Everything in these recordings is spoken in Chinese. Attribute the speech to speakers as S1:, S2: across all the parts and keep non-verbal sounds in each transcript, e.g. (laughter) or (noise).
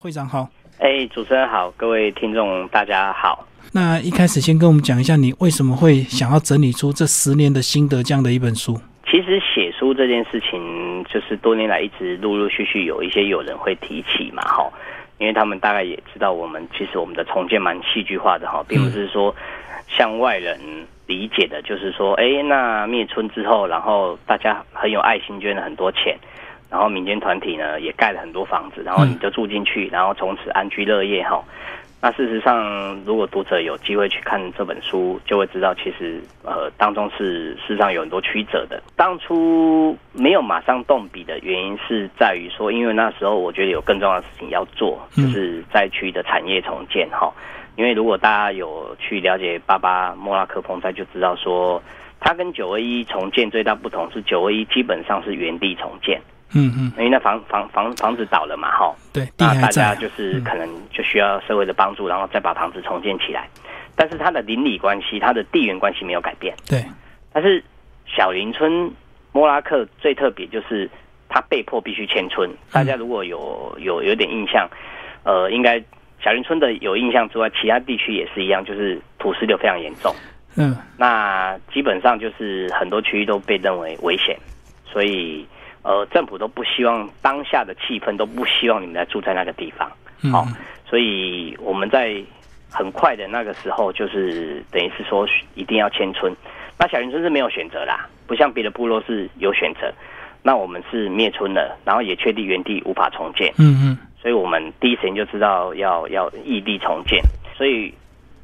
S1: 会长好，
S2: 哎，主持人好，各位听众大家好。
S1: 那一开始先跟我们讲一下，你为什么会想要整理出这十年的心得这样的一本书？
S2: 其实写书这件事情，就是多年来一直陆陆续续有一些友人会提起嘛，哈，因为他们大概也知道我们其实我们的重建蛮戏剧化的哈，并不是说像外人理解的，就是说，哎，那灭村之后，然后大家很有爱心，捐了很多钱，然后民间团体呢也盖了很多房子，然后你就住进去，然后从此安居乐业哈。那事实上，如果读者有机会去看这本书，就会知道，其实呃当中是事实上有很多曲折的。当初没有马上动笔的原因是在于说，因为那时候我觉得有更重要的事情要做，就
S1: 嗯
S2: 是灾区的产业重建哈。因为如果大家有去了解巴巴莫拉克风灾，就知道说，它跟九二一重建最大不同是九二一基本上是原地重建，
S1: 嗯嗯，
S2: 因为那房房房房子倒了嘛哈，
S1: 对，地
S2: 那大
S1: 还在
S2: 家
S1: 啊，
S2: 就是可能就需要社会的帮助，然后再把房子重建起来。但是它的邻里关系、它的地缘关系没有改变。
S1: 对，
S2: 但是小林村莫拉克最特别就是它被迫必须迁村。大家如果有有有点印象，呃，应该小林村的有印象之外，其他地区也是一样，就是土石流非常严重。
S1: 嗯
S2: 那基本上就是很多区域都被认为危险，所以呃，政府都不希望当下的气氛都不希望你们来住在那个地方。
S1: 嗯，
S2: 好、所以我们在很快的那个时候，就是等于是说一定要迁村。那小林村是没有选择啦，不像别的部落是有选择。那我们是灭村了，然后也确定原地无法重建，
S1: 嗯嗯
S2: 所以我们第一时间就知道要要异地重建。所以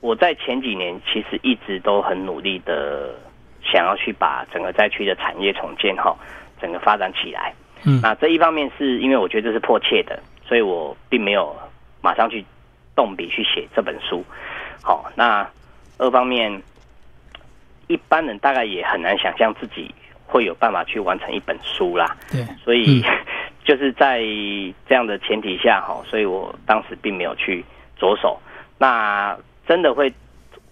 S2: 我在前几年其实一直都很努力的想要去把整个灾区的产业重建哈，整个发展起来。
S1: 嗯
S2: 那这一方面是因为我觉得这是迫切的，所以我并没有马上去动笔去写这本书。好，那二方面，一般人大概也很难想象自己会有办法去完成一本书啦。
S1: 对，
S2: 所以 (laughs) 就是在这样的前提下哈，所以我当时并没有去着手。那真的会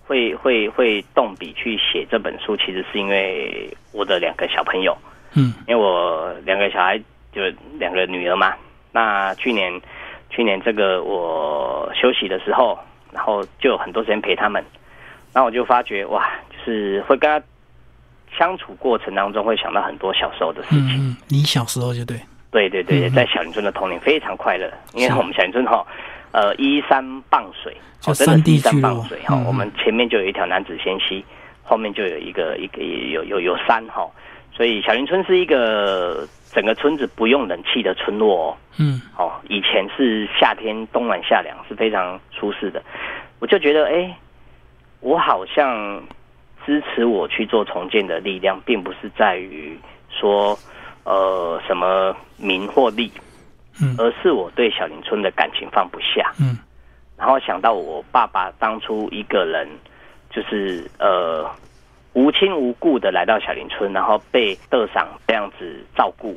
S2: 会会会动笔去写这本书，其实是因为我的两个小朋友。
S1: 嗯
S2: 因为我两个小孩就两个女儿嘛。那去年去年这个我休息的时候，然后就有很多时间陪他们。那我就发觉哇，就是会跟他相处过程当中会想到很多小时候的事
S1: 嗯
S2: 情。
S1: 嗯，你小时候就对，
S2: 对对对，
S1: 嗯
S2: 在小林村的童年非常快乐，因
S1: 是
S2: 为我们小林村哈，呃，依山傍水，
S1: 就
S2: 哦，真的
S1: 山
S2: 是
S1: 地
S2: 依
S1: 区
S2: 山
S1: 咯
S2: 傍水哈、
S1: 嗯
S2: 我们前面就有一条南子仙溪，后面就有一个一个有有有山哈、所以小林村是一个整个村子不用冷气的村落哦。
S1: 嗯
S2: 哦，以前是夏天冬暖夏凉是非常舒适的，我就觉得哎、诶我好像支持我去做重建的力量，并不是在于说呃什么名或利，
S1: 嗯
S2: 而是我对小林村的感情放不下，
S1: 嗯
S2: 然后想到我爸爸当初一个人就是呃无亲无故的来到小林村，然后被德赏这样子照顾，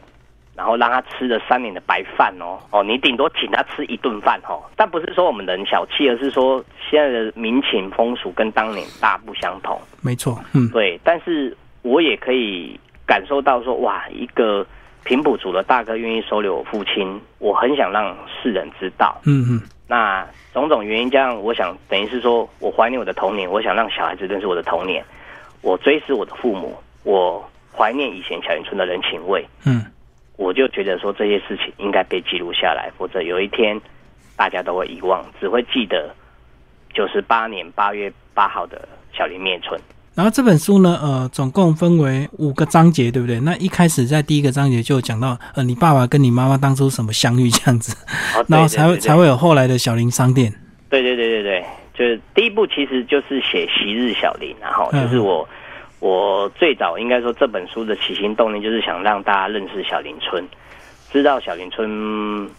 S2: 然后让他吃了三年的白饭哦哦，你顶多请他吃一顿饭哦，但不是说我们人小气，而是说现在的民情风俗跟当年大不相同。
S1: 没错，嗯
S2: 对，但是我也可以感受到说，哇，一个平埔族的大哥愿意收留我父亲，我很想让世人知道。
S1: 嗯嗯
S2: 那种种原因，这样我想等于是说我怀念我的童年，我想让小孩子认识我的童年，我追思我的父母，我怀念以前小林村的人情味，
S1: 嗯，
S2: 我就觉得说这些事情应该被记录下来，否则有一天大家都会遗忘，只会记得九十八年八月八号的小林灭村。
S1: 然后这本书呢，呃，总共分为五个章节，对不对？那一开始在第一个章节就有讲到，呃，你爸爸跟你妈妈当初什么相遇这样子，
S2: 哦对
S1: 然后
S2: 对
S1: 才会
S2: 对
S1: 才会有后来的小林商店，
S2: 对对对对对，就是第一部其实就是写昔日小林、啊，然后
S1: 嗯
S2: 就是我、我最早应该说这本书的起心动念就是想让大家认识小林村，知道小林村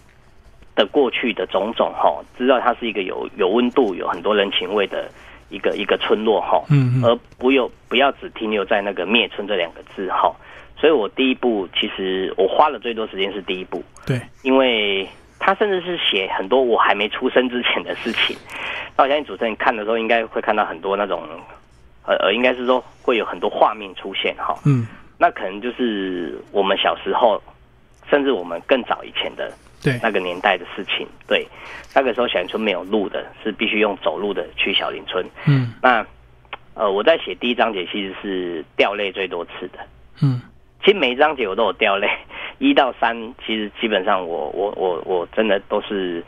S2: 的过去的种种哈，知道它是一个有有温度、有很多人情味的一个一个村落哈。
S1: 嗯嗯
S2: 而不有不要只停留在那个灭村这两个字哈，所以我第一部其实我花了最多时间是第一部，
S1: 对，
S2: 因为他甚至是写很多我还没出生之前的事情。那我相信主持人看的时候，应该会看到很多那种，呃呃，应该是说会有很多画面出现哈。
S1: 嗯
S2: 那可能就是我们小时候，甚至我们更早以前的
S1: 对
S2: 那个年代的事情。对，那个时候小林村没有路的，是必须用走路的去小林村。
S1: 嗯
S2: 那呃，我在写第一章节其实是掉泪最多次的，
S1: 嗯
S2: 其实每一章节我都有掉泪， (laughs) 一到三其实基本上我我我我真的都是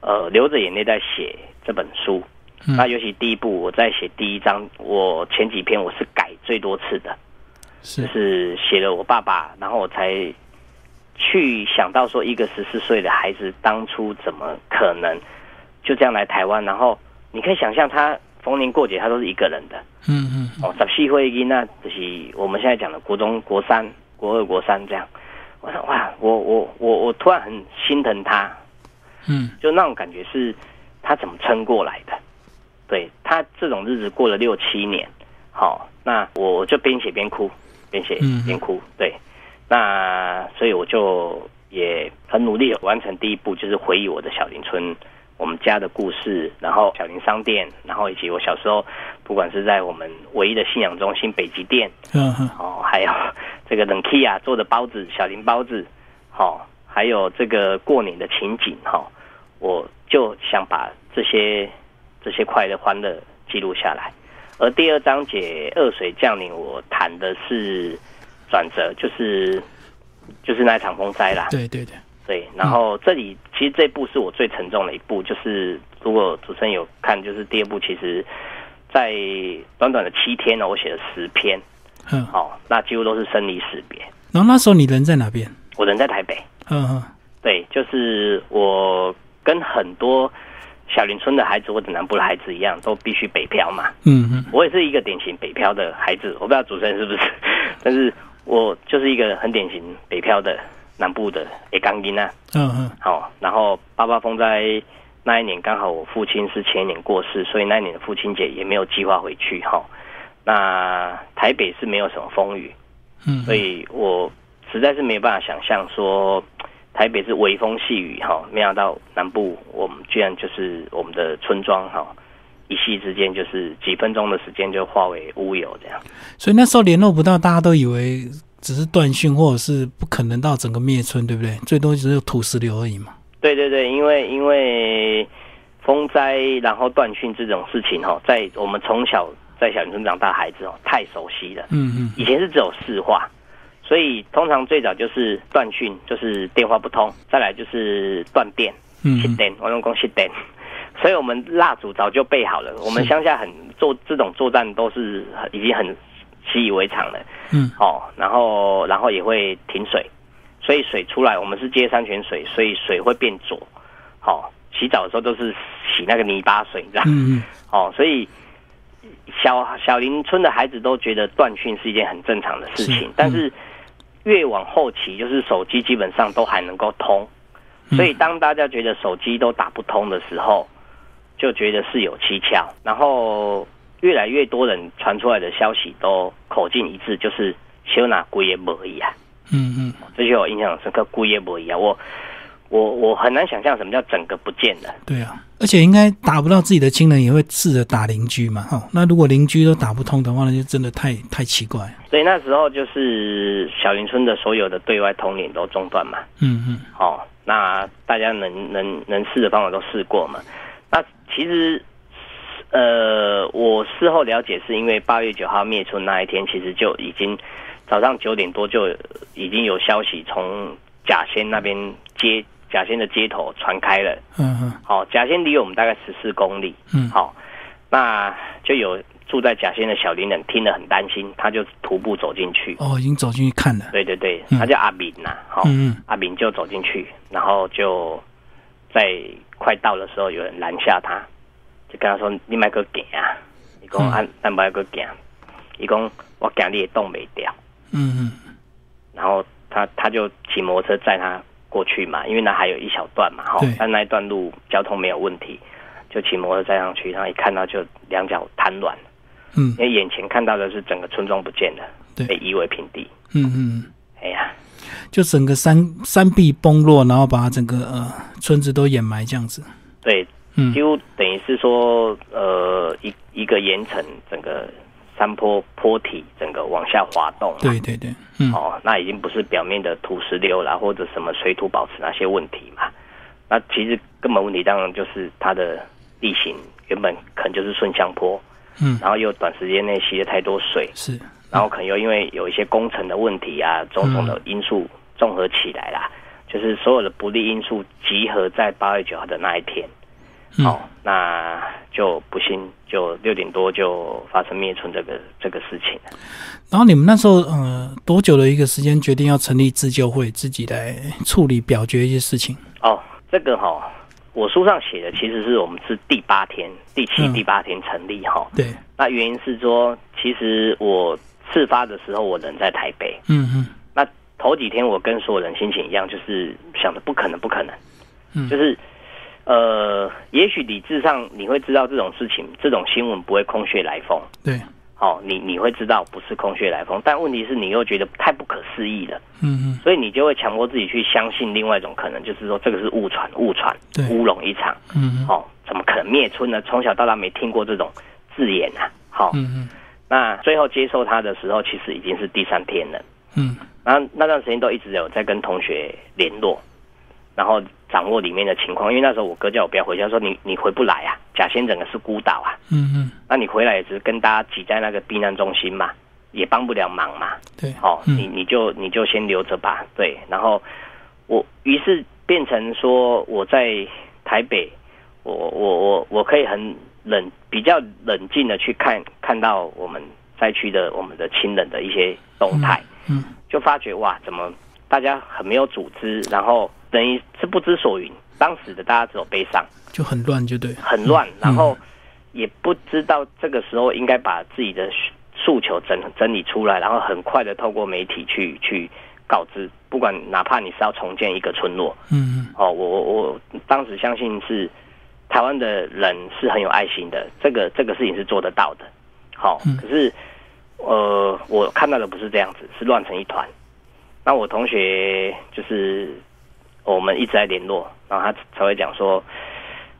S2: 呃流着眼泪在写这本书。
S1: 嗯
S2: 那尤其第一部，我在写第一章，我前几篇我是改最多次的，
S1: 嗯
S2: 就是是写了我爸爸，然后我才去想到说，一个十四岁的孩子当初怎么可能就这样来台湾？然后你可以想象，他逢年过节他都是一个人的
S1: 嗯嗯嗯
S2: 哦，十四岁一那就是我们现在讲的国中、国三、国二、国三这样。我说哇，我我我我突然很心疼他，
S1: 嗯
S2: 就那种感觉是他怎么撑过来的。对他这种日子过了六七年，好、那我就边写边哭，边写
S1: 嗯
S2: 边哭。对，那所以我就也很努力地完成第一步，就是回忆我的小林村。我们家的故事，然后小林商店，然后以及我小时候，不管是在我们唯一的信仰中心北极店，
S1: 嗯嗯
S2: 哦，还有这个冷 k 啊做的包子，小林包子，哦，还有这个过年的情景，哈、哦，我就想把这些这些快乐欢乐记录下来。而第二章节《恶水降临》，我谈的是转折，就是就是那场风灾啦。
S1: 对对对，
S2: 对，然后这里其实这部是我最沉重的一部，就是如果主持人有看，就是第二部，其实在短短的七天呢，我写了十篇。
S1: 嗯，
S2: 哦，那几乎都是生离死别。
S1: 然后那时候你人在哪边？
S2: 我人在台北，
S1: 嗯嗯
S2: 对，就是我跟很多小林村的孩子或者南部的孩子一样，都必须北漂嘛。
S1: 嗯嗯
S2: 我也是一个典型北漂的孩子，我不知道主持人是不 (laughs) 是，但是我就是一个很典型北漂的南部的诶钢筋啊。
S1: 嗯嗯
S2: 好、然后八八风灾那一年，刚好我父亲是前一年过世，所以那一年的父亲节也没有计划回去哈、那台北是没有什么风雨，
S1: 嗯，
S2: 所以我实在是没有办法想象说，台北是微风细雨哈，没想到南部我们居然就是我们的村庄哈，一夕之间就是几分钟的时间就化为乌有这样。
S1: 所以那时候联络不到，大家都以为只是断讯，或者是不可能到整个灭村，对不对？最多只有土石流而已嘛。
S2: 对对对，因为因为风灾然后断讯这种事情哈，在我们从小在小林村长大的孩子哦，太熟悉了。
S1: 嗯嗯
S2: 以前是只有市话，所以通常最早就是断讯，就是电话不通，再来就是断电。
S1: 嗯
S2: 熄
S1: 嗯
S2: 灯，我用讲熄灯。所以我们蜡烛早就备好了，我们乡下很做这种作战都是很已经很习以为常了
S1: 嗯
S2: 哦，然后然后也会停水，所以水出来我们是接山泉水，所以水会变浊，好、洗澡的时候都是洗那个泥巴水，你知道吗？
S1: 嗯嗯，
S2: 哦，所以小小林村的孩子都觉得断讯是一件很正常的事情，
S1: 是嗯
S2: 但是越往后期，就是手机基本上都还能够通，
S1: 嗯
S2: 所以当大家觉得手机都打不通的时候，就觉得事有蹊跷，然后越来越多人传出来的消息都口径一致，就是修哪龟也无一啊。
S1: 嗯嗯
S2: 这些我印象很深刻，龟也无一啊，我我我很难想象什么叫整个不见了。
S1: 对啊。而且应该打不到自己的亲人，也会试着打邻居嘛。哦，那如果邻居都打不通的话，那就真的太太奇怪。
S2: 所以那时候就是小林村的所有的对外通联都中断嘛，
S1: 嗯嗯
S2: 哦，那大家能能能试的方法都试过嘛。那其实，呃，我事后了解是因为八月九号灭村那一天，其实就已经早上九点多就已经有消息从甲仙那边街甲仙的街头传开了。
S1: 嗯嗯
S2: 好、哦，甲仙离我们大概十四公里。
S1: 嗯
S2: 好、那就有住在甲仙的小林人听了很担心，他就徒步走进去。
S1: 哦，已经走进去看了。
S2: 对对对，
S1: 嗯
S2: 他叫阿敏呐、好、
S1: 嗯嗯
S2: 阿敏就走进去，然后就在快到的时候，有人拦下他，就跟他说：“你买个行啊！”伊讲：“
S1: 嗯
S2: 啊，咱买个行。”伊讲：“我惊你会冻袂掉。
S1: 嗯”
S2: 然后他他就骑摩托车载他过去嘛，因为那还有一小段嘛，哈
S1: 对，
S2: 但那一段路交通没有问题，就骑摩托车载上去，然后一看到就两脚瘫软，
S1: 嗯
S2: 因为眼前看到的是整个村庄不见了，
S1: 对
S2: 被夷为平地。
S1: 嗯嗯。
S2: 哎呀，
S1: 就整个山山壁崩落，然后把整个呃村子都掩埋这样子。
S2: 对，
S1: 嗯
S2: 几乎等于是说，呃，一一个盐城整个山坡坡体整个往下滑动嘛。
S1: 对对对，嗯，
S2: 哦，那已经不是表面的土石流啦，或者什么水土保持那些问题嘛。那其实根本问题当然就是它的地形原本可能就是顺向坡，
S1: 嗯，
S2: 然后又短时间内吸了太多水，
S1: 是，
S2: 然后可能又因为有一些工程的问题啊，种种的因素综合起来啦，就是所有的不利因素集合在八月九号的那一天，
S1: 嗯
S2: 哦，那就不幸就六点多就发生灭村这个这个事情了。
S1: 然后你们那时候呃多久的一个时间决定要成立自救会，自己来处理表决一些事情？
S2: 哦，这个哈、我书上写的其实是我们是第八天、第七、
S1: 嗯
S2: 第八天成立哈、
S1: 对，
S2: 那原因是说，其实我事发的时候我人在台北，
S1: 嗯嗯
S2: 那头几天我跟所有人心情一样，就是想的不可能，不可能，
S1: 嗯
S2: 就是。呃，也许理智上你会知道这种事情，这种新闻不会空穴来风，
S1: 对，
S2: 哦，你你会知道不是空穴来风，但问题是你又觉得太不可思议了，
S1: 嗯嗯
S2: 所以你就会强迫自己去相信另外一种可能，就是说这个是误传、误传
S1: 对、
S2: 乌龙一场。
S1: 嗯嗯
S2: 哦，怎么可能灭村呢？从小到大没听过这种字眼啊。好、
S1: 嗯
S2: 那最后接受他的时候，其实已经是第三天了。
S1: 嗯
S2: 然后那段时间都一直有在跟同学联络，然后掌握里面的情况。因为那时候我哥叫我不要回家，说你你回不来啊，甲仙整个是孤岛啊，
S1: 嗯嗯，
S2: 那你回来也只是跟大家挤在那个避难中心嘛，也帮不了忙嘛。
S1: 对，
S2: 哦，你
S1: 嗯
S2: 你就你就先留着吧，对。然后我于是变成说我在台北，我我我我可以很冷，比较冷静的去看看到我们灾区的我们的亲人的一些动态，
S1: 嗯
S2: 就发觉哇，怎么大家很没有组织，然后等于是不知所云。当时的大家只有悲伤，
S1: 就很乱，就对，
S2: 很乱，然后也不知道这个时候应该把自己的诉诉求整整理出来，然后很快的透过媒体去去告知，不管哪怕你是要重建一个村落，
S1: 嗯嗯
S2: 哦，我我我当时相信是台湾的人是很有爱心的，这个这个事情是做得到的，好、
S1: 嗯
S2: 可是呃，我看到的不是这样子，是乱成一团。那我同学就是我们一直在联络，然后他才会讲说，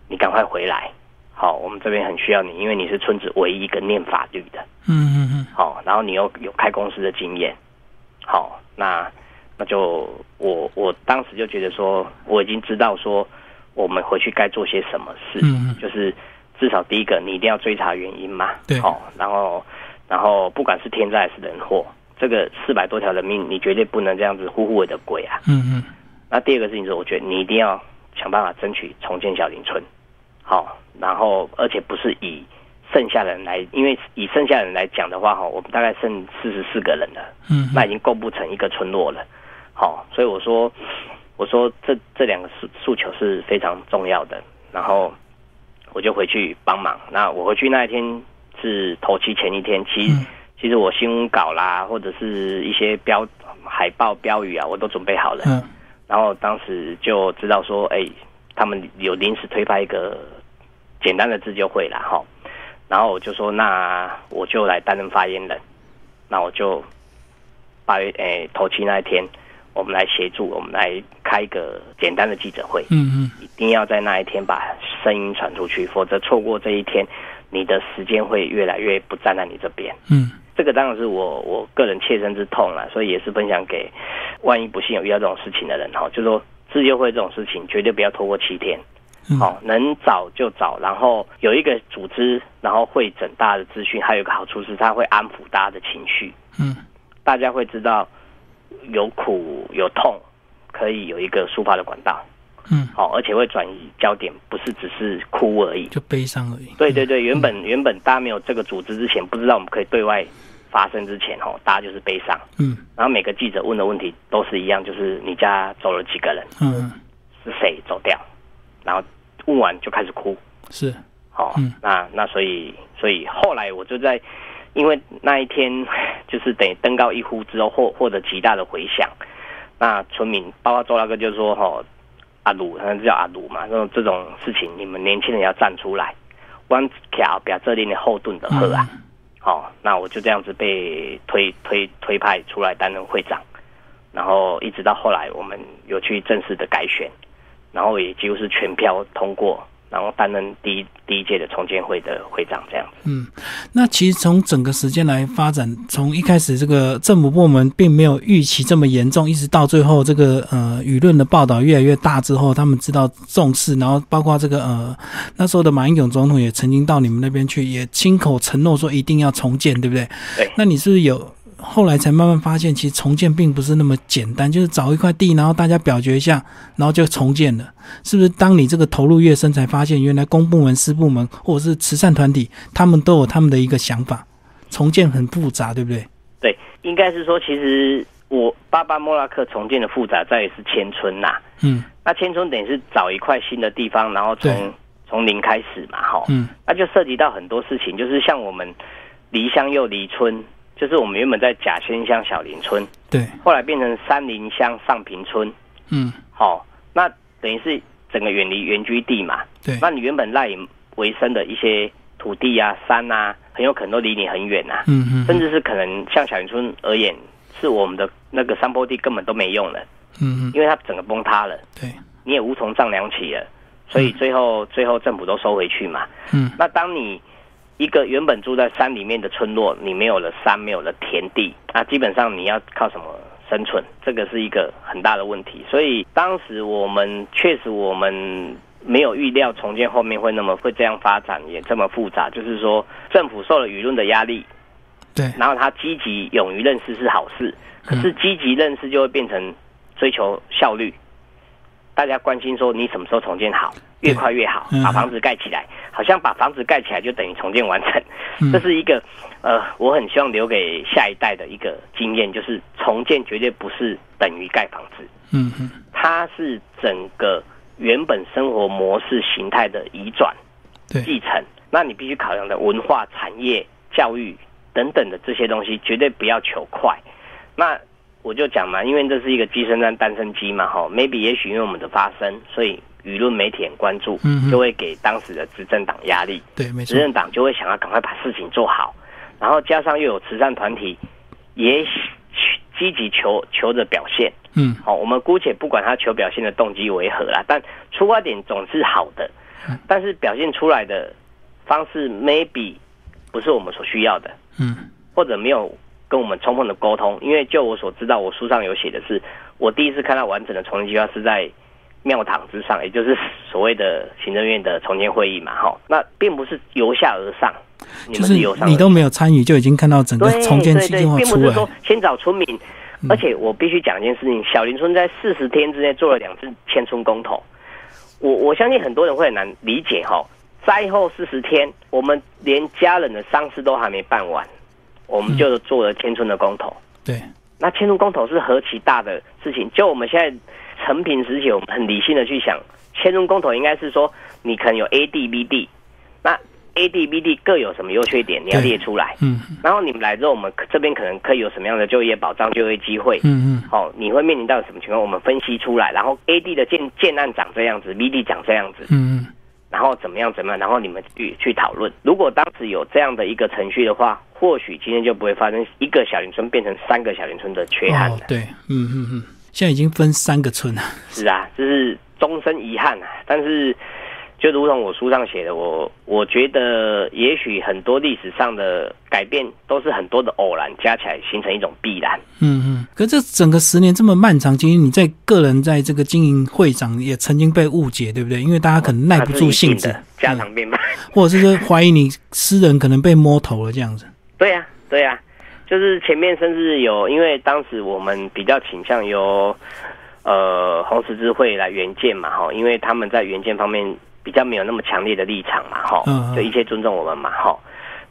S2: 你赶快回来，好，我们这边很需要你，因为你是村子唯一一个念法律的，
S1: 嗯嗯
S2: 好，然后你又有开公司的经验，好，那那就我我当时就觉得说，我已经知道说我们回去该做些什么事，
S1: 嗯嗯
S2: 就是至少第一个你一定要追查原因嘛，
S1: 对
S2: 好，然后然后不管是天灾还是人祸，这个四百多条人命，你绝对不能这样子呼呼我的鬼啊。
S1: 嗯嗯
S2: 那第二个事情是，我觉得你一定要想办法争取重建小林村，好，然后而且不是以剩下的人来，因为以剩下的人来讲的话，哈，我们大概剩四十四个人了，
S1: 嗯，
S2: 那已经构不成一个村落了，好，所以我说，我说这这两个诉诉求是非常重要的，然后我就回去帮忙。那我回去那一天是头七前一天，其实、
S1: 嗯
S2: 其实我新闻稿啦，或者是一些标海报标语啊，我都准备好了。
S1: 嗯
S2: 然后当时就知道说，哎，他们有临时推派一个简单的自救会啦，哈。然后我就说，那我就来担任发言人，那我就八月哎头七那一天，我们来协助，我们来开一个简单的记者会，
S1: 嗯
S2: 一定要在那一天把声音传出去，否则错过这一天，你的时间会越来越不站在你这边。
S1: 嗯
S2: 这个当然是我我个人切身之痛了，所以也是分享给万一不幸有遇到这种事情的人哦哈，就说自救会这种事情绝对不要拖过七天，
S1: 嗯，
S2: 好、，能早就早，然后有一个组织，然后会整大家的资讯，还有一个好处是它会安抚大家的情绪，
S1: 嗯
S2: 大家会知道有苦有痛，可以有一个抒发的管道，
S1: 嗯，
S2: 好、而且会转移焦点，不是只是哭而已。
S1: 就悲伤而已，
S2: 对对对，原本原本大家没有这个组织之前，不知道我们可以对外发声之前，哦吼，大家就是悲伤。
S1: 嗯
S2: 然后每个记者问的问题都是一样，就是你家走了几个人，
S1: 嗯
S2: 是谁走掉，然后问完就开始哭。
S1: 是，
S2: 哦，
S1: 嗯
S2: 那那所以所以后来我就在，因为那一天 (sighs) 就是等于登高一呼之后获获得极大的回响，那村民包括周大哥就说哈、哦阿鲁，他就叫阿鲁嘛，这种这种事情你们年轻人要站出来，弯卡表这里的后盾的喝啊。
S1: 嗯
S2: 哦，那我就这样子被推推推派出来担任会长，然后一直到后来我们有去正式的改选，然后也几乎是全票通过，那然后担任第一第一届的重建会的会长这样子。
S1: 嗯，那其实从整个时间来发展，从一开始这个政府部门并没有预期这么严重，一直到最后这个呃舆论的报道越来越大之后，他们知道重视，然后包括这个呃那时候的马英九总统也曾经到你们那边去，也亲口承诺说一定要重建，对不对？
S2: 对
S1: 那你是不是有后来才慢慢发现，其实重建并不是那么简单，就是找一块地，然后大家表决一下，然后就重建了。是不是当你这个投入越深，才发现原来公部门、私部门或者是慈善团体，他们都有他们的一个想法，重建很复杂，对不对？
S2: 对，应该是说，其实我巴巴莫拉克重建的复杂在于是迁村呐、
S1: 嗯
S2: 那迁村等于是找一块新的地方，然后
S1: 对
S2: 从从零开始嘛，哈、
S1: 嗯
S2: 那就涉及到很多事情，就是像我们离乡又离村，就是我们原本在甲仙乡小林村，
S1: 对
S2: 后来变成三林乡上平村，
S1: 嗯
S2: 好、那等于是整个远离原居地嘛，
S1: 对
S2: 那你原本赖以为生的一些土地啊、山啊，很有可能都离你很远啊，
S1: 嗯嗯
S2: 甚至是可能像小林村而言，是我们的那个山坡地根本都没用了，
S1: 嗯嗯
S2: 因为它整个崩塌了，
S1: 对
S2: 你也无从丈量起了，所以最后最后政府都收回去嘛。
S1: 嗯
S2: 那当你一个原本住在山里面的村落，你没有了山，没有了田地，那基本上你要靠什么生存？这个是一个很大的问题。所以当时我们确实我们没有预料重建后面会那么会这样发展，也这么复杂。就是说，政府受了舆论的压力，
S1: 对嗯
S2: 然后他积极勇于认识是好事，可是积极认识就会变成追求效率。大家关心说你什么时候重建好，
S1: 对
S2: 越快越好
S1: 嗯，
S2: 把房子盖起来，好像把房子盖起来就等于重建完成。
S1: 嗯
S2: 这是一个呃，我很希望留给下一代的一个经验，就是重建绝对不是等于盖房子，
S1: 嗯嗯
S2: 它是整个原本生活模式形态的移转。
S1: 对
S2: 继承，那你必须考量的文化、产业、教育等等的这些东西，绝对不要求快。那我就讲嘛，因为这是一个鸡生蛋，蛋生鸡嘛，哈，maybe 也许因为我们的发声，所以舆论媒体很关注
S1: 嗯哼，
S2: 就会给当时的执政党压力，
S1: 对没错
S2: 执政党就会想要赶快把事情做好，然后加上又有慈善团体也积极求求着表现，
S1: 嗯
S2: 好、我们姑且不管他求表现的动机为何啦，但出发点总是好的，
S1: 嗯
S2: 但是表现出来的方式 maybe 不是我们所需要的，
S1: 嗯
S2: 或者没有跟我们充分的沟通。因为就我所知道，我书上有写的是，我第一次看到完整的重建计划是在庙堂之上，也就是所谓的行政院的重建会议嘛，哈，那并不是由下而上，你
S1: 就
S2: 们
S1: 是
S2: 是由上而
S1: 你都没有参与，就已经看到整个
S2: 对
S1: 重建
S2: 对
S1: 计
S2: 对，
S1: 划
S2: 并
S1: 出
S2: 不是
S1: 来嗯
S2: 说
S1: 了，
S2: 先找村民，而且我必须讲一件事情：小林村在四十天之内做了两次迁村公投。我我相信很多人会很难理解哈、灾后四十天，我们连家人的丧事都还没办完，我们就做了迁村的公投。
S1: 对
S2: 那迁村公投是何其大的事情！就我们现在成品时期，我们很理性的去想，迁村公投应该是说，你可能有 A、D、B、D，那 A、D、B、D 各有什么优缺点，你要
S1: 对
S2: 列出来。
S1: 嗯
S2: 然后你们来之后，我们这边可能可以有什么样的就业保障、就业机会？
S1: 嗯嗯
S2: 好、你会面临到什么情况？我们分析出来，然后 A D 的建建案长这样子，B D 长这样子，
S1: 嗯嗯
S2: 然后怎么样怎么样，然后你们去去讨论。如果当时有这样的一个程序的话，或许今天就不会发生一个小林村变成三个小林村的缺憾了
S1: 哦。对嗯嗯嗯，现在已经分三个村了，
S2: 是啊，这是终身遗憾啊。但是，就如同我书上写的，我我觉得也许很多历史上的改变都是很多的偶然加起来形成一种必然。
S1: 嗯嗯，可这整个十年这么漫长，经营，你在个人在这个经营会长也曾经被误解，对不对？因为大家可能耐不住性子
S2: 那是一定的，家常便饭。 (laughs)
S1: 嗯或者是说怀疑你私人可能被摸头了这样子。
S2: 对呀、对呀、就是前面甚至有，因为当时我们比较倾向由呃红十字会来援建嘛，哈，因为他们在援建方面比较没有那么强烈的立场嘛，哈
S1: 嗯嗯，
S2: 就一切尊重我们嘛，哈。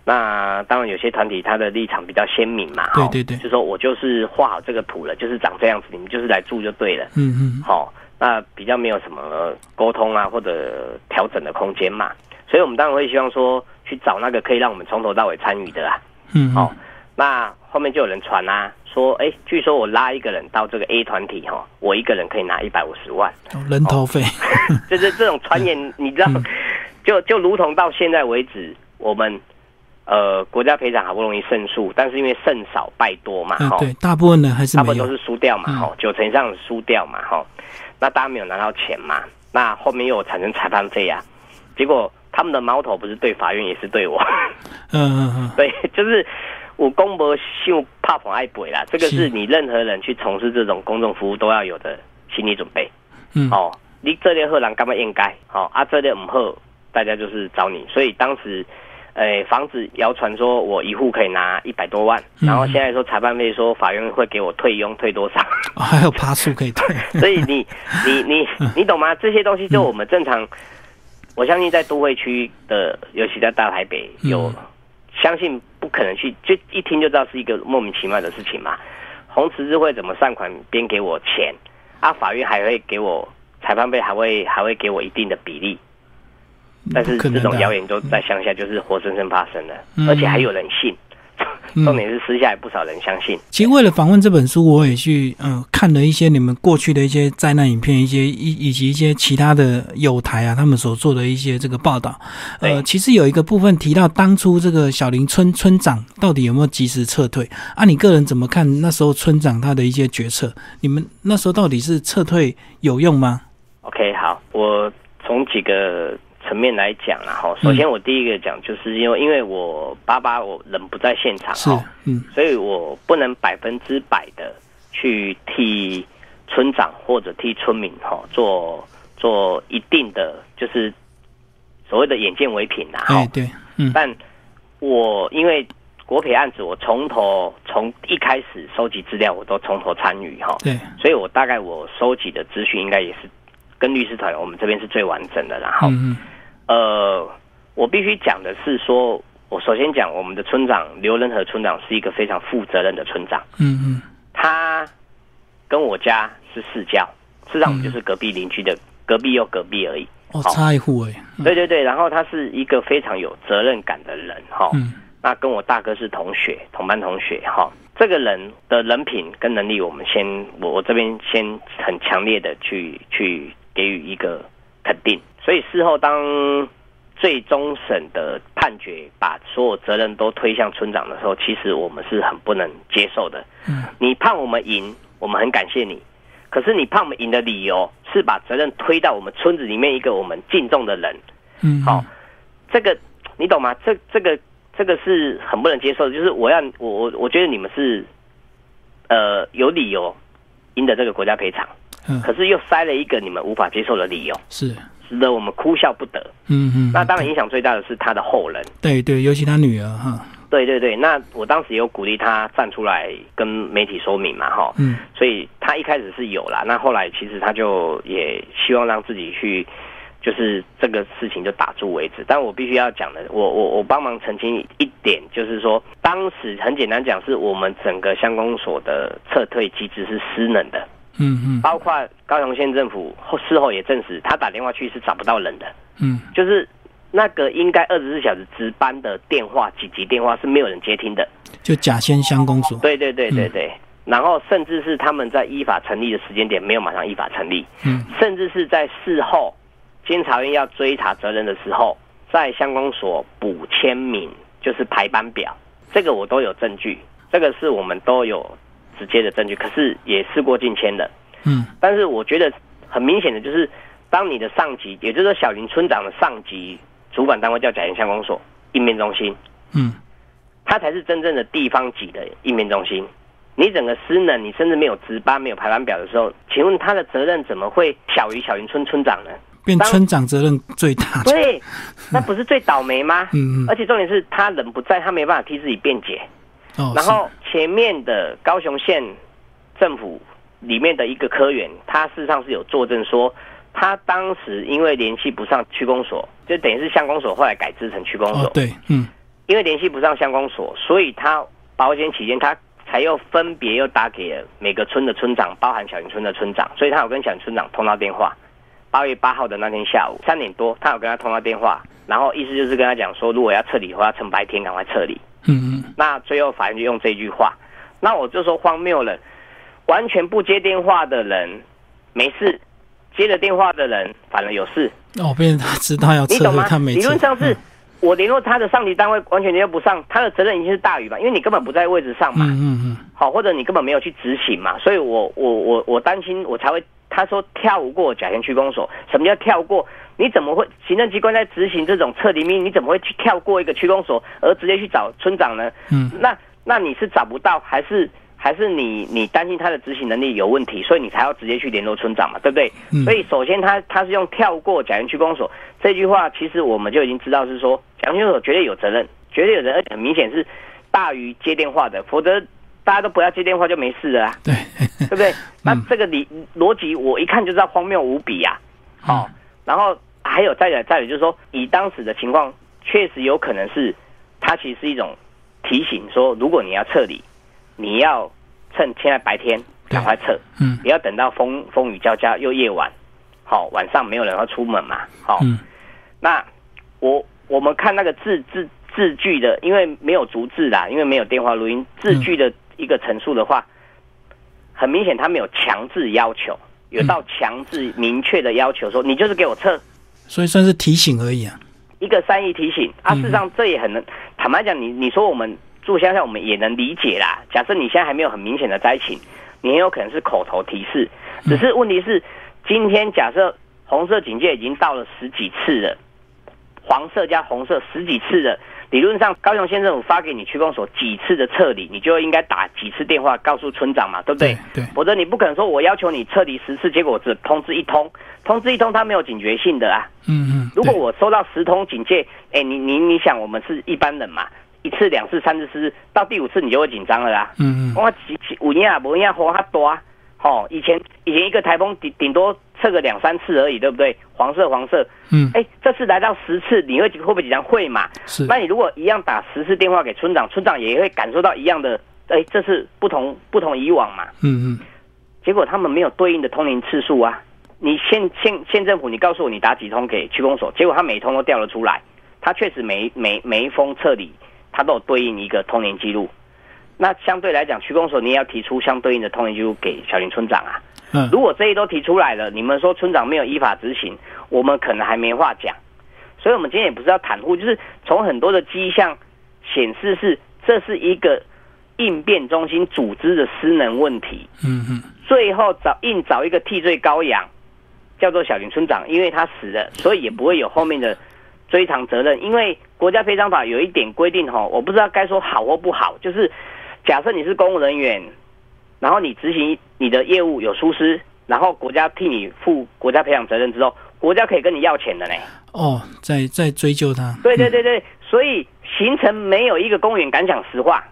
S2: 那当然，有些团体他的立场比较鲜明嘛，哈
S1: 对对对
S2: 就说我就是画好这个图了，就是长这样子，你们就是来住就对了，
S1: 嗯嗯
S2: 好、那比较没有什么沟通啊或者调整的空间嘛，所以我们当然会希望说去找那个可以让我们从头到尾参与的啊。
S1: 嗯，
S2: 好、那后面就有人传啦、说哎，据说我拉一个人到这个 A 团体哈、我一个人可以拿一百五
S1: (laughs)
S2: 十万，
S1: 嗯，人头费，
S2: 就是这种传言，你知道，
S1: 嗯
S2: 就就如同到现在为止，我们呃国家赔偿好不容易胜诉，但是因为胜少败多嘛，
S1: 嗯 (laughs)
S2: 哈、
S1: 对，大部分人还是
S2: 大部
S1: 没
S2: 分都
S1: 有。嗯
S2: 是输掉嘛，哈、九成以上输掉嘛，哈、那大家没有拿到钱嘛，那后面又有产生裁判费啊，结果他们的矛头不是对法院，也是对我。 (laughs)
S1: 嗯嗯
S2: 对，就是我公博秀怕捧爱鬼啦，这个
S1: 是
S2: 是你任何人去从事这种公众服务都要有的心理准备。
S1: 嗯，
S2: 哦，你这类贺人干嘛应该？哦，啊，这类唔贺，大家就是找你。所以当时，诶、房子谣传说我一户可以拿一百多万，
S1: 嗯
S2: 然后现在说裁判费说法院会给我退佣退多少？
S1: 哦还有爬树可以
S2: (laughs)
S1: 退，
S2: 所以你你你你懂吗？这些东西就
S1: 嗯
S2: 我们正常，我相信在都会区的，尤其在大台北
S1: 嗯
S2: 有，相信不可能去，就一听就知道是一个莫名其妙的事情嘛。红十字会怎么善款边给我钱，啊，法院还会给我裁判费，还会还会给我一定的比例，但是
S1: 不可
S2: 这
S1: 能
S2: 种
S1: 的
S2: 谣
S1: 啊，
S2: 言都在乡下就是活生生发生的，
S1: 嗯
S2: 而且还有人信。
S1: 嗯
S2: 重点是私下也不少人相信，
S1: 其实为了访问这本书，我也去嗯、呃看了一些你们过去的一些灾难影片，一些以以及一些其他的友台啊，他们所做的一些这个报道。呃，
S2: 对
S1: 其实有一个部分提到当初这个小林村村长到底有没有及时撤退啊？你个人怎么看那时候村长他的一些决策？你们那时候到底是撤退有用吗？
S2: OK，好，我从几个层面来讲啦
S1: 嗯
S2: 哈。首先，我第一个讲就是因为因为我爸爸我人不在现场
S1: 是
S2: 哈，，
S1: 嗯
S2: 所以我不能百分之百的去替村长或者替村民哈做做一定的就是所谓的眼见为凭啦哈。
S1: 哎对，嗯
S2: 但我因为国培案子，我从头从一开始收集资料，我都从头参与哈。
S1: 对，
S2: 所以我大概我收集的资讯应该也是跟律师团我们这边是最完整的啦。然后、
S1: 嗯嗯
S2: 呃，我必须讲的是说，我首先讲我们的村长刘仁和村长是一个非常负责任的村长，
S1: 嗯嗯
S2: 他跟我家是世交，事实上我们就是隔壁邻居的隔壁又隔壁而已。
S1: 哦
S2: 好
S1: 差一户哎，嗯
S2: 对对对，然后他是一个非常有责任感的人哈。
S1: 嗯
S2: 那跟我大哥是同学，同班同学哈。这个人的人品跟能力，我们先我我这边先很强烈的去去给予一个肯定。所以事后当最终审的判决把所有责任都推向村长的时候，其实我们是很不能接受的。
S1: 嗯，
S2: 你判我们赢，我们很感谢你。可是你判我们赢的理由是把责任推到我们村子里面一个我们敬重的人，
S1: 嗯
S2: 好、这个你懂吗？这这个这个是很不能接受的，就是我要我我我觉得你们是呃有理由赢得这个国家赔偿，
S1: 嗯
S2: 可是又塞了一个你们无法接受的理由，
S1: 是
S2: 使得我们哭笑不得。
S1: 嗯嗯，
S2: 那当然影响最大的是他的后人，
S1: 对对，尤其他女儿哈，
S2: 对对对。那我当时也有鼓励他站出来跟媒体说明嘛，哈，
S1: 嗯
S2: 所以他一开始是有啦，那后来其实他就也希望让自己去，就是这个事情就打住为止。但我必须要讲的，我我我帮忙澄清一点，就是说当时很简单讲，是我们整个乡公所的撤退机制是失能的，
S1: 嗯嗯
S2: 包括高雄县政府后事后也证实，他打电话去是找不到人的，
S1: 嗯
S2: 就是那个应该二十四小时值班的电话紧急电话是没有人接听的。
S1: 就假仙乡公所，
S2: 对对对对对。然后甚至是他们在依法成立的时间点没有马上依法成立，
S1: 嗯
S2: 甚至是在事后监察院要追查责任的时候，在乡公所补签名，就是排班表，这个我都有证据，这个是我们都有直接的证据，可是也事过境迁的。
S1: 嗯
S2: 但是我觉得很明显的就是，当你的上级，也就是说小林村长的上级主管单位叫甲研乡公所应变中心，
S1: 嗯
S2: 它才是真正的地方级的应变中心。你整个失能，你甚至没有值班、没有排班表的时候，请问他的责任怎么会小于小林村村长呢？
S1: 变村长责任最大，
S2: 对，那不是最倒霉吗？
S1: 嗯嗯
S2: 而且重点是他人不在，他没办法替自己辩解。
S1: 哦，
S2: 然后前面的高雄县政府里面的一个科员，他事实上是有作证说，他当时因为联系不上区公所，就等于是乡公所，后来改制成区公
S1: 是
S2: 所。
S1: 哦对，嗯
S2: 因为联系不上乡公所，所以他保险期间他才又分别又打给了每个村的村长，包含小林村的村长，所以他有跟小林村长通到电话。八月八号的那天下午三点多，他有跟他通到电话，然后意思就是跟他讲说，如果要撤离的话，趁白天赶快撤离。
S1: 嗯嗯
S2: 那最后法院就用这句话，那我就说荒谬了，完全不接电话的人没事，接了电话的人反而有事。
S1: 哦，变成他知道要
S2: 你
S1: 撤
S2: 懂
S1: 退，
S2: 吗
S1: 他？没嗯
S2: 理
S1: 撤
S2: 论，上是我联络他的上级单位完全联络不上，他的责任已经是大于吧，因为你根本不在位置上嘛，
S1: 嗯嗯
S2: 好，或者你根本没有去执行嘛，所以我我我我担心，我才会他说跳过甲醛区公所，什么叫跳过？你怎么会行政机关在执行这种撤离命令，你怎么会去跳过一个区公所，而直接去找村长呢？
S1: 嗯嗯，
S2: 那那你是找不到，还是还是你你担心他的执行能力有问题，所以你才要直接去联络村长嘛，对不对？
S1: 嗯
S2: 所以首先他他是用跳过甲醛区公所这句话，其实我们就已经知道是说甲醛区公所绝对有责任，绝对有责任，而且很明显是大于接电话的，否则大家都不要接电话就没事了、啊，
S1: 对，
S2: 对不对？那这个理逻辑我一看就知道荒谬无比呀、啊， (laughs) 好、
S1: 嗯
S2: 然后还有再来再来就是说，以当时的情况，确实有可能是它其实是一种提醒说，如果你要撤离，你要趁现在白天赶快撤，
S1: (laughs) 嗯
S2: 不要等到风风雨交加又夜晚，好、晚上没有人要出门嘛，好、
S1: 嗯
S2: 那我我们看那个字字字句的，因为没有逐字啦，因为没有电话录音，字句的一个陈述的话，很明显他没有强制要求，有到强制明确的要求说，你就是给我撤。
S1: 所以算是提醒而已啊。
S2: 一个善意提醒啊，
S1: 嗯
S2: 事实上这也很能，坦白讲，你你说我们住乡下，我们也能理解啦。假设你现在还没有很明显的灾情，你很有可能是口头提示，只是问题是，今天假设红色警戒已经到了十几次了，黄色加红色十几次了，理论上高雄县政府发给你区公所几次的撤离，你就应该打几次电话告诉村长嘛，对不对？
S1: 对，
S2: 否则你不可能说我要求你撤离十次，结果我只通知一通，通知一通，它没有警觉性的啊。
S1: 嗯嗯，
S2: 如果
S1: 对
S2: 我收到十通警戒，哎、你你你想，我们是一般人嘛，一次、两次、三次、四次，到第五次你就会紧张了啦。
S1: 嗯嗯
S2: 我几几五年啊，五年风较大，吼、以前以前一个台风顶顶多测个两三次而已，对不对？黄色黄色，
S1: 嗯
S2: 哎、这次来到十次，你会会不会紧张？会嘛？
S1: 是
S2: 那你如果一样打十次电话给村长，村长也会感受到一样的，哎、这是不同不同以往嘛。
S1: 嗯嗯
S2: 结果他们没有对应的通灵次数啊。你县县县政府，你告诉我你打几通给区公所，结果他每通都调了出来，他确实每每每一封撤离，他都有对应一个通灵记录。那相对来讲，区公所你也要提出相对应的通灵记录给小林村长啊。
S1: 嗯
S2: 如果这些都提出来了，你们说村长没有依法执行，我们可能还没话讲。所以，我们今天也不是要袒护，就是从很多的迹象显示是这是一个应变中心组织的失能问题。
S1: 嗯嗯，
S2: 最后找硬找一个替罪羔羊，叫做小林村长，因为他死了，所以也不会有后面的追偿责任。因为国家赔偿法有一点规定哈，我不知道该说好或不好，就是假设你是公务人员，然后你执行你的业务有疏失，然后国家替你负国家赔偿责任之后，国家可以跟你要钱的呢。
S1: 哦，在在追究他。
S2: 对对对对，所以形成没有一个公务员敢讲实话，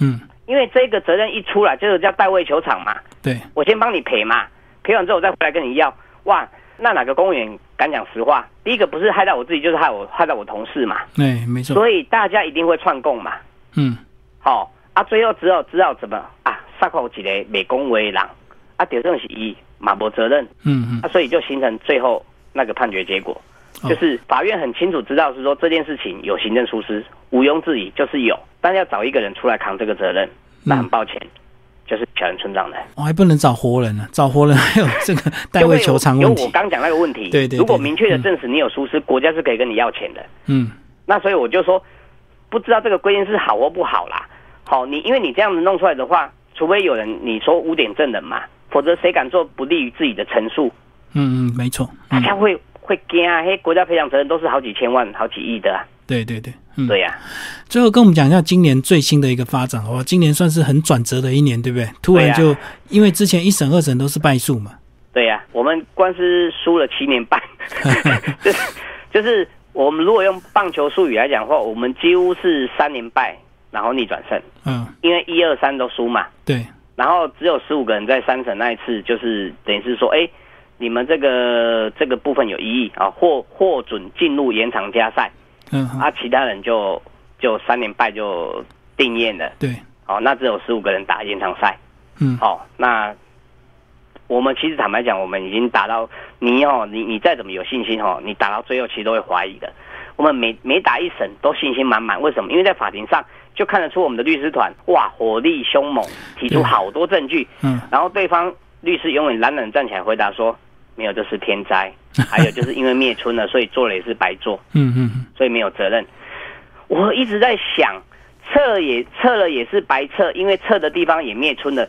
S1: 嗯，
S2: 因为这个责任一出来，就是叫代位球场嘛。
S1: 对，
S2: 我先帮你赔嘛，赔完之后我再回来跟你要。哇，那哪个公务员敢讲实话？第一个不是害到我自己，就是害我害到我同事嘛。
S1: 哎，没错。
S2: 所以大家一定会串供嘛。
S1: 嗯
S2: 好、啊，最后只好只好怎么啊？杀口一个没公为人，啊，屌正是一马无责任
S1: 嗯嗯
S2: 啊，，所以就形成最后那个判决结果，
S1: 哦
S2: 就是法院很清楚知道是说这件事情有行政疏失，毋庸置疑就是有，但要找一个人出来扛这个责任，那很抱歉，就是小人村长的。
S1: 我哦还不能找活人呢，啊找活人 (laughs) 还有这个代位求偿问
S2: 就会有
S1: 题
S2: 我。刚讲那个问题，
S1: 对对对
S2: 如果明确的证实你有疏失，国家是可以跟你要钱的。
S1: 嗯
S2: 那所以我就说，不知道这个规定是好或不好啦。好，你因为你这样子弄出来的话，除非有人你说污点证人嘛，否则谁敢做不利于自己的陈述？
S1: 嗯嗯，没错。
S2: 大
S1: 嗯，
S2: 家会会惊啊！嘿，国家赔偿责任都是好几千万、好几亿的、啊，
S1: 对对对，嗯，
S2: 对呀、
S1: 最后跟我们讲一下今年最新的一个发展，好吧？今年算是很转折的一年，对不对？突然就、因为之前一审、二审都是败诉嘛，
S2: 对呀、我们官司输了七
S1: (laughs)
S2: 年半，就是就是我们如果用棒球术语来讲的话，我们几乎是三连败，然后逆转胜，
S1: 嗯，
S2: 因为一二三都输嘛。
S1: 对，
S2: 然后只有十五个人在三审那一次，就是等于是说，哎，你们这个这个部分有异议啊，获获准进入延长加赛
S1: 嗯，
S2: 啊，其他人就就三连败就定谳了。
S1: 对，
S2: 哦，那只有十五个人打延长赛。
S1: 嗯
S2: 哦，那我们其实坦白讲，我们已经打到你哦，你你再怎么有信心哦，你打到最后其实都会怀疑的。我们每每打一审都信心满满，为什么？因为在法庭上就看得出我们的律师团哇火力凶猛，提出
S1: 对
S2: 好多证据，
S1: 嗯，
S2: 然后对方律师永远懒懒站起来回答说：“没有，这是天灾，还有就是因为灭村了，所以做了也是白做，
S1: 嗯嗯
S2: 所以没有责任。”我一直在想，测也测了也是白测，因为测的地方也灭村了，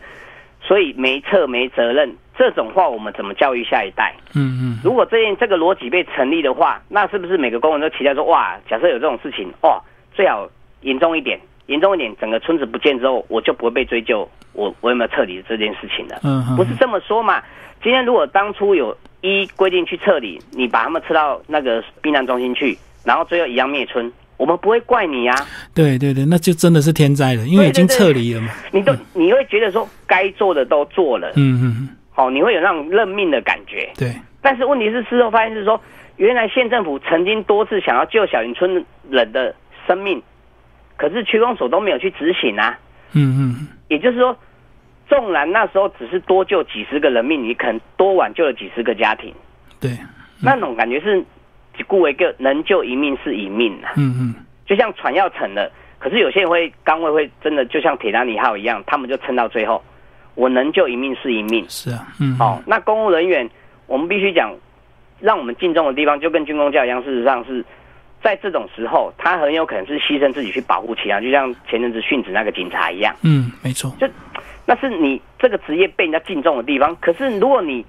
S2: 所以没测没责任。这种话我们怎么教育下一代？
S1: 嗯嗯，
S2: 如果这件这个逻辑被成立的话，那是不是每个工人都期待说，哇，假设有这种事情，哦，最好严重一点，严重一点，整个村子不见之后，我就不会被追究我我有没有彻底这件事情了。
S1: 嗯嗯
S2: 不是这么说嘛？今天如果当初有依规定去撤离，你把他们撤到那个避难中心去，然后最后一样灭村，我们不会怪你啊。
S1: 对对对，那就真的是天灾了，因为已经撤离了嘛。
S2: 你都你会觉得说该做的都做了，
S1: 嗯嗯嗯，
S2: 好、你会有那种认命的感觉。
S1: 对，
S2: 但是问题是，事后发现是说，原来县政府曾经多次想要救小林村人的生命，可是区公所都没有去执行啊。
S1: 嗯嗯
S2: 也就是说，纵然那时候只是多救几十个人命，你可能多挽救了几十个家庭，
S1: 对，
S2: 那种感觉是，故为个能救一命是一命啊。
S1: 嗯嗯
S2: 就像船要沉了，可是有些人会岗位会真的就像铁达尼号一样，他们就撑到最后，我能救一命是一命。
S1: 是啊，嗯
S2: 哦，那公务人员，我们必须讲，让我们敬重的地方，就跟军工教一样，事实上是在这种时候，他很有可能是牺牲自己去保护其他人，就像前阵子殉职那个警察一样，
S1: 嗯，没错，
S2: 就那是你这个职业被人家敬重的地方。可是如果你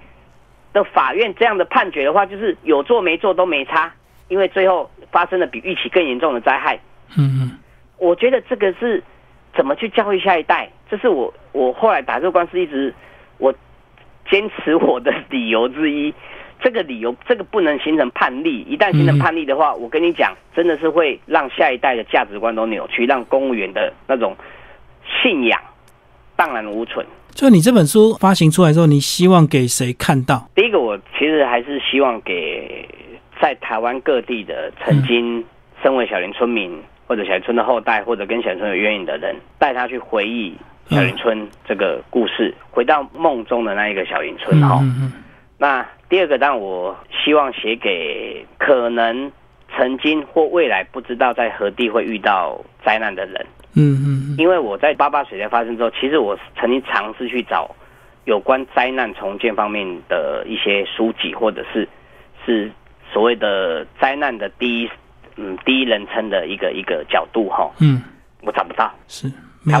S2: 的法院这样的判决的话，就是有做没做都没差，因为最后发生了比预期更严重的灾害。
S1: 嗯嗯
S2: 我觉得这个是怎么去教育下一代，这是我我后来打这个官司一直我坚持我的理由之一。这个理由，这个不能形成判例。一旦形成判例的话，我跟你讲，真的是会让下一代的价值观都扭曲，让公务员的那种信仰荡然无存。
S1: 就你这本书发行出来之后，你希望给谁看到？
S2: 第一个，我其实还是希望给在台湾各地的曾经身为小林村民，或者小林村的后代，或者跟小林村有渊源的人，带他去回忆小林村这个故事，回到梦中的那一个小林村
S1: 嗯
S2: 哈、
S1: 嗯嗯
S2: 那第二个，当然我希望写给可能曾经或未来不知道在何地会遇到灾难的人，
S1: 嗯嗯嗯，
S2: 因为我在八八水灾发生之后，其实我曾经尝试去找有关灾难重建方面的一些书籍，或者是是所谓的灾难的第一嗯第一人称的一个一个角度哈，
S1: 嗯
S2: 我找不到。
S1: 是
S2: 台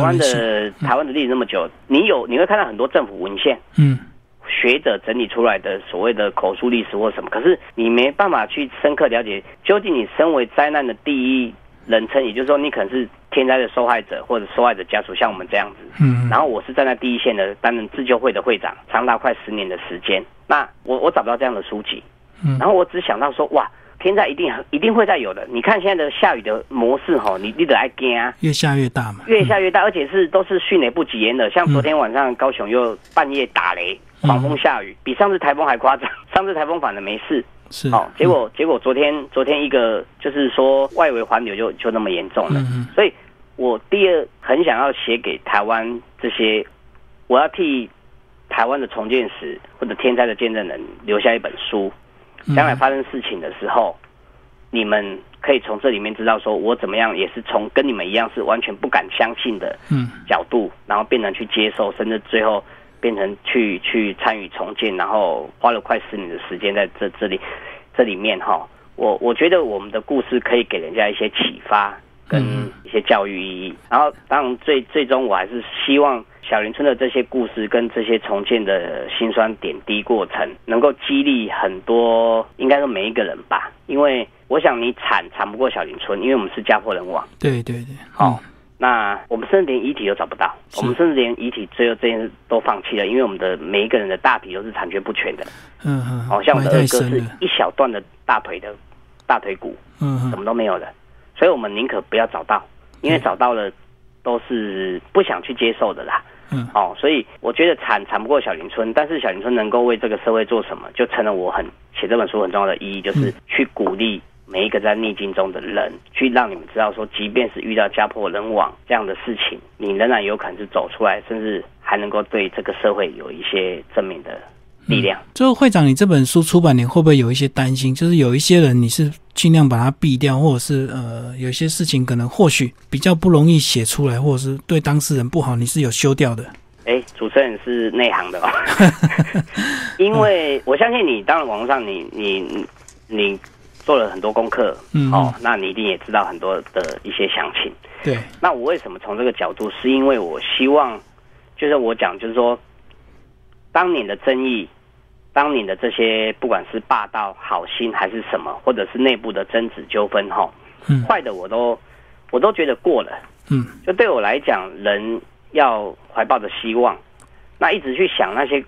S1: 没
S2: 湾，
S1: 有人信
S2: 的台湾的历史那么久，你有你会看到很多政府文献。
S1: 嗯
S2: 学者整理出来的所谓的口述历史或什么，可是你没办法去深刻了解，究竟你身为灾难的第一人称，也就是说你可能是天灾的受害者或者受害者家属，像我们这样子。
S1: 嗯，
S2: 然
S1: 后
S2: 后我是站在第一线的，担任自救会的会长，长达快十年的时间。那我我找不到这样的书籍，
S1: 嗯
S2: 然后我只想到说，哇，天灾一定一定会再有的。你看现在的下雨的模式吼，你你得爱惊啊。
S1: 越下越大嘛，
S2: 越下越大，而且是都是迅雷不及掩耳。像昨天晚上高雄又半夜打雷，
S1: 嗯
S2: 狂风下雨，比上次台风还夸张。 (laughs) 上次台风反而没事，
S1: 是
S2: 哦，结果结果昨天昨天一个就是说外围环流就就那么严重了，
S1: 嗯嗯
S2: 所以我第二很想要写给台湾这些，我要替台湾的重建史或者天灾的见证人留下一本书，
S1: 嗯
S2: 将来发生事情的时候，你们可以从这里面知道说我怎么样也是从跟你们一样是完全不敢相信的
S1: 嗯
S2: 角度，然后变成去接受，甚至最后变成去去参与重建，然后花了快十年的时间在这这里这里面哈，我我觉得我们的故事可以给人家一些启发跟
S1: 嗯
S2: 一些教育意义，然后当然最最终我还是希望。小林村的这些故事跟这些重建的辛酸点滴过程，能够激励很多，应该说每一个人吧。因为我想你惨惨不过小林村，因为我们是家破人亡。
S1: 对对对，
S2: 哦，那我们甚至连遗体都找不到，
S1: 是
S2: 我们甚至连遗体最后这件事都放弃了，因为我们的每一个人的大腿都是残缺不全的，
S1: 嗯嗯，
S2: 好、像我
S1: 埋
S2: 们的
S1: 太
S2: 二哥
S1: 深
S2: 是
S1: 了，
S2: 一小段的大腿的大腿骨，
S1: 嗯
S2: 什
S1: 嗯
S2: 么都没有的，所以我们宁可不要找到，因为
S1: 嗯
S2: 找到了都是不想去接受的啦。
S1: 嗯
S2: 哦，所以我觉得惨惨不过小林村，但是小林村能够为这个社会做什么，就成了我很写这本书很重要的意义，就是去鼓励每一个在逆境中的人，去让你们知道说，即便是遇到家破人亡这样的事情，你仍然有可能是走出来，甚至还能够对这个社会有一些正面的力量。
S1: 最后，会长，你这本书出版，你会不会有一些担心？就是有一些人，你是尽量把它避掉，或者是呃，有些事情可能或许比较不容易写出来，或者是对当事人不好，你是有修掉的。
S2: 哎、主持人是内行的哦，因为我相信你，当然网络上你你你做了很多功课，
S1: 嗯
S2: 哦，那你一定也知道很多的一些详情。
S1: 对，
S2: 那我为什么从这个角度？是因为我希望，就是我讲，就是说，当你的争议，当你的这些不管是霸道、好心还是什么，或者是内部的争执纠纷，哈，
S1: 嗯
S2: 坏的我都我都觉得过了。
S1: 嗯
S2: 就对我来讲，人要怀抱着希望，那一直去想那些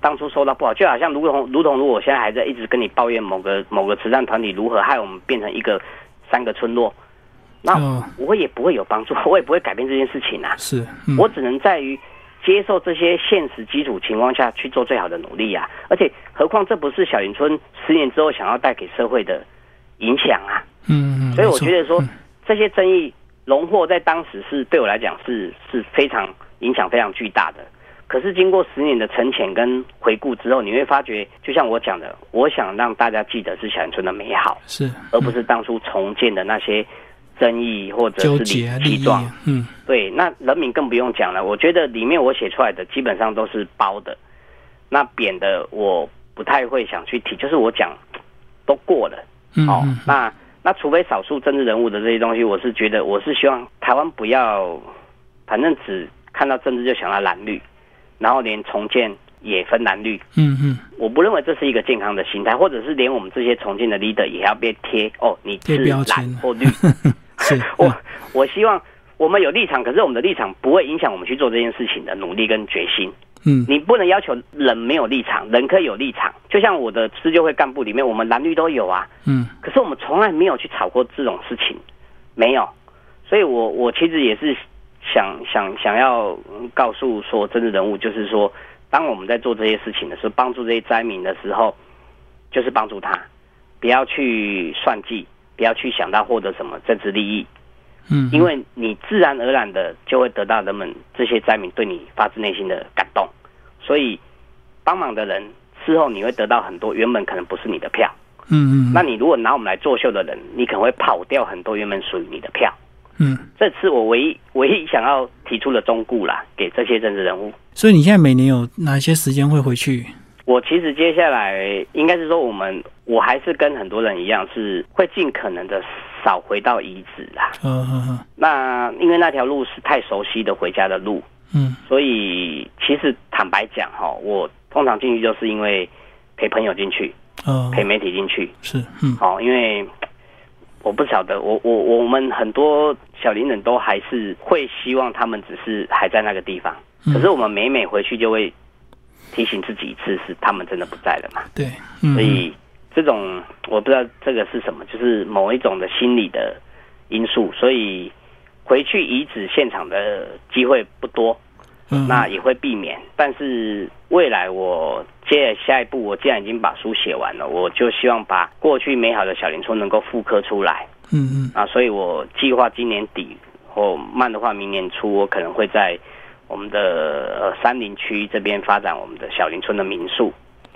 S2: 当初受到不好，就好像如同如同如我现在还在一直跟你抱怨某个某个慈善团体如何害我们变成一个三个村落，那
S1: 哦
S2: 我也不会有帮助，我也不会改变这件事情啊，
S1: 是，嗯
S2: 我只能在于。接受这些现实基础情况下去做最好的努力啊！而且，何况这不是小林村十年之后想要带给社会的影响啊！
S1: 嗯嗯，
S2: 所以
S1: 没
S2: 我
S1: 错
S2: 觉得说
S1: 嗯，
S2: 这些争议荣获在当时是对我来讲是是非常影响非常巨大的。可是经过十年的沉潜跟回顾之后，你会发觉，就像我讲的，我想让大家记得是小林村的美好，
S1: 是
S2: 而不是当初重建的那些争议或者
S1: 纠
S2: 是
S1: 结啊
S2: 理
S1: 利
S2: 气
S1: 益
S2: 壮。
S1: 啊，嗯
S2: 对，那人民更不用讲了。我觉得里面我写出来的基本上都是包的，那扁的我不太会想去提，就是我讲都过了。
S1: 嗯
S2: 哦
S1: 嗯，
S2: 那那除非少数政治人物的这些东西，我是觉得我是希望台湾不要，反正只看到政治就想到蓝绿，然后连重建也分蓝绿，
S1: 嗯嗯，
S2: 我不认为这是一个健康的心态，或者是连我们这些重建的 leader 也要被贴哦，你
S1: 贴
S2: 是
S1: 标签
S2: 蓝
S1: (laughs)
S2: 或绿。
S1: 嗯是
S2: (laughs) 我我希望我们有立场，可是我们的立场不会影响我们去做这件事情的努力跟决心。
S1: 嗯
S2: 你不能要求人没有立场，人可以有立场。就像我的施救会干部里面，我们蓝绿都有啊。
S1: 嗯
S2: 可是我们从来没有去吵过这种事情，没有。所以我我其实也是想想想要嗯告诉说政治人物，就是说，当我们在做这些事情的时候，帮助这些灾民的时候，就是帮助他，不要去算计，不要去想到获得什么政治利益，
S1: 嗯，
S2: 因为你自然而然的就会得到人们这些灾民对你发自内心的感动，所以帮忙的人事后你会得到很多原本可能不是你的票。
S1: 嗯嗯，
S2: 那你如果拿我们来作秀的人，你可能会跑掉很多原本属于你的票。
S1: 嗯，
S2: 这次我唯一唯一想要提出的忠告啦，给这些政治人物。
S1: 所以你现在每年有哪些时间会回去？
S2: 我其实接下来应该是说，我们我还是跟很多人一样，是会尽可能的少回到遗址啦。
S1: 呃呃
S2: 那因为那条路是太熟悉的回家的路，
S1: 嗯
S2: 所以其实坦白讲哈，我通常进去就是因为陪朋友进去，
S1: 呃
S2: 陪媒体进去，
S1: 是嗯
S2: 哦，因为我不晓得，我我我们很多小林人都还是会希望他们只是还在那个地方，
S1: 嗯
S2: 可是我们每每回去就会提醒自己一次，是他们真的不在了嘛？
S1: 对嗯
S2: 所以这种我不知道这个是什么，就是某一种的心理的因素，所以回去遗址现场的机会不多。
S1: 嗯
S2: 那也会避免。但是未来我接下一步，我既然已经把书写完了，我就希望把过去美好的小林村能够复刻出来
S1: 嗯嗯
S2: 啊！所以我计划今年底或慢的话，明年初我可能会在我们的呃山林区这边发展我们的小林村的民宿，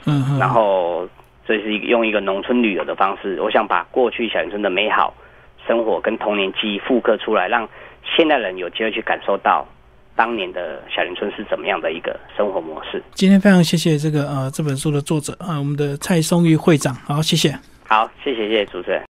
S1: 嗯嗯，
S2: 然后这是一个用一个农村旅游的方式，我想把过去小林村的美好生活跟童年记忆复刻出来，让现代人有机会去感受到当年的小林村是怎么样的一个生活模式。
S1: 今天非常谢谢这个呃这本书的作者啊、呃我们的蔡松玉会长，好谢谢。
S2: 好，谢谢谢谢主持人。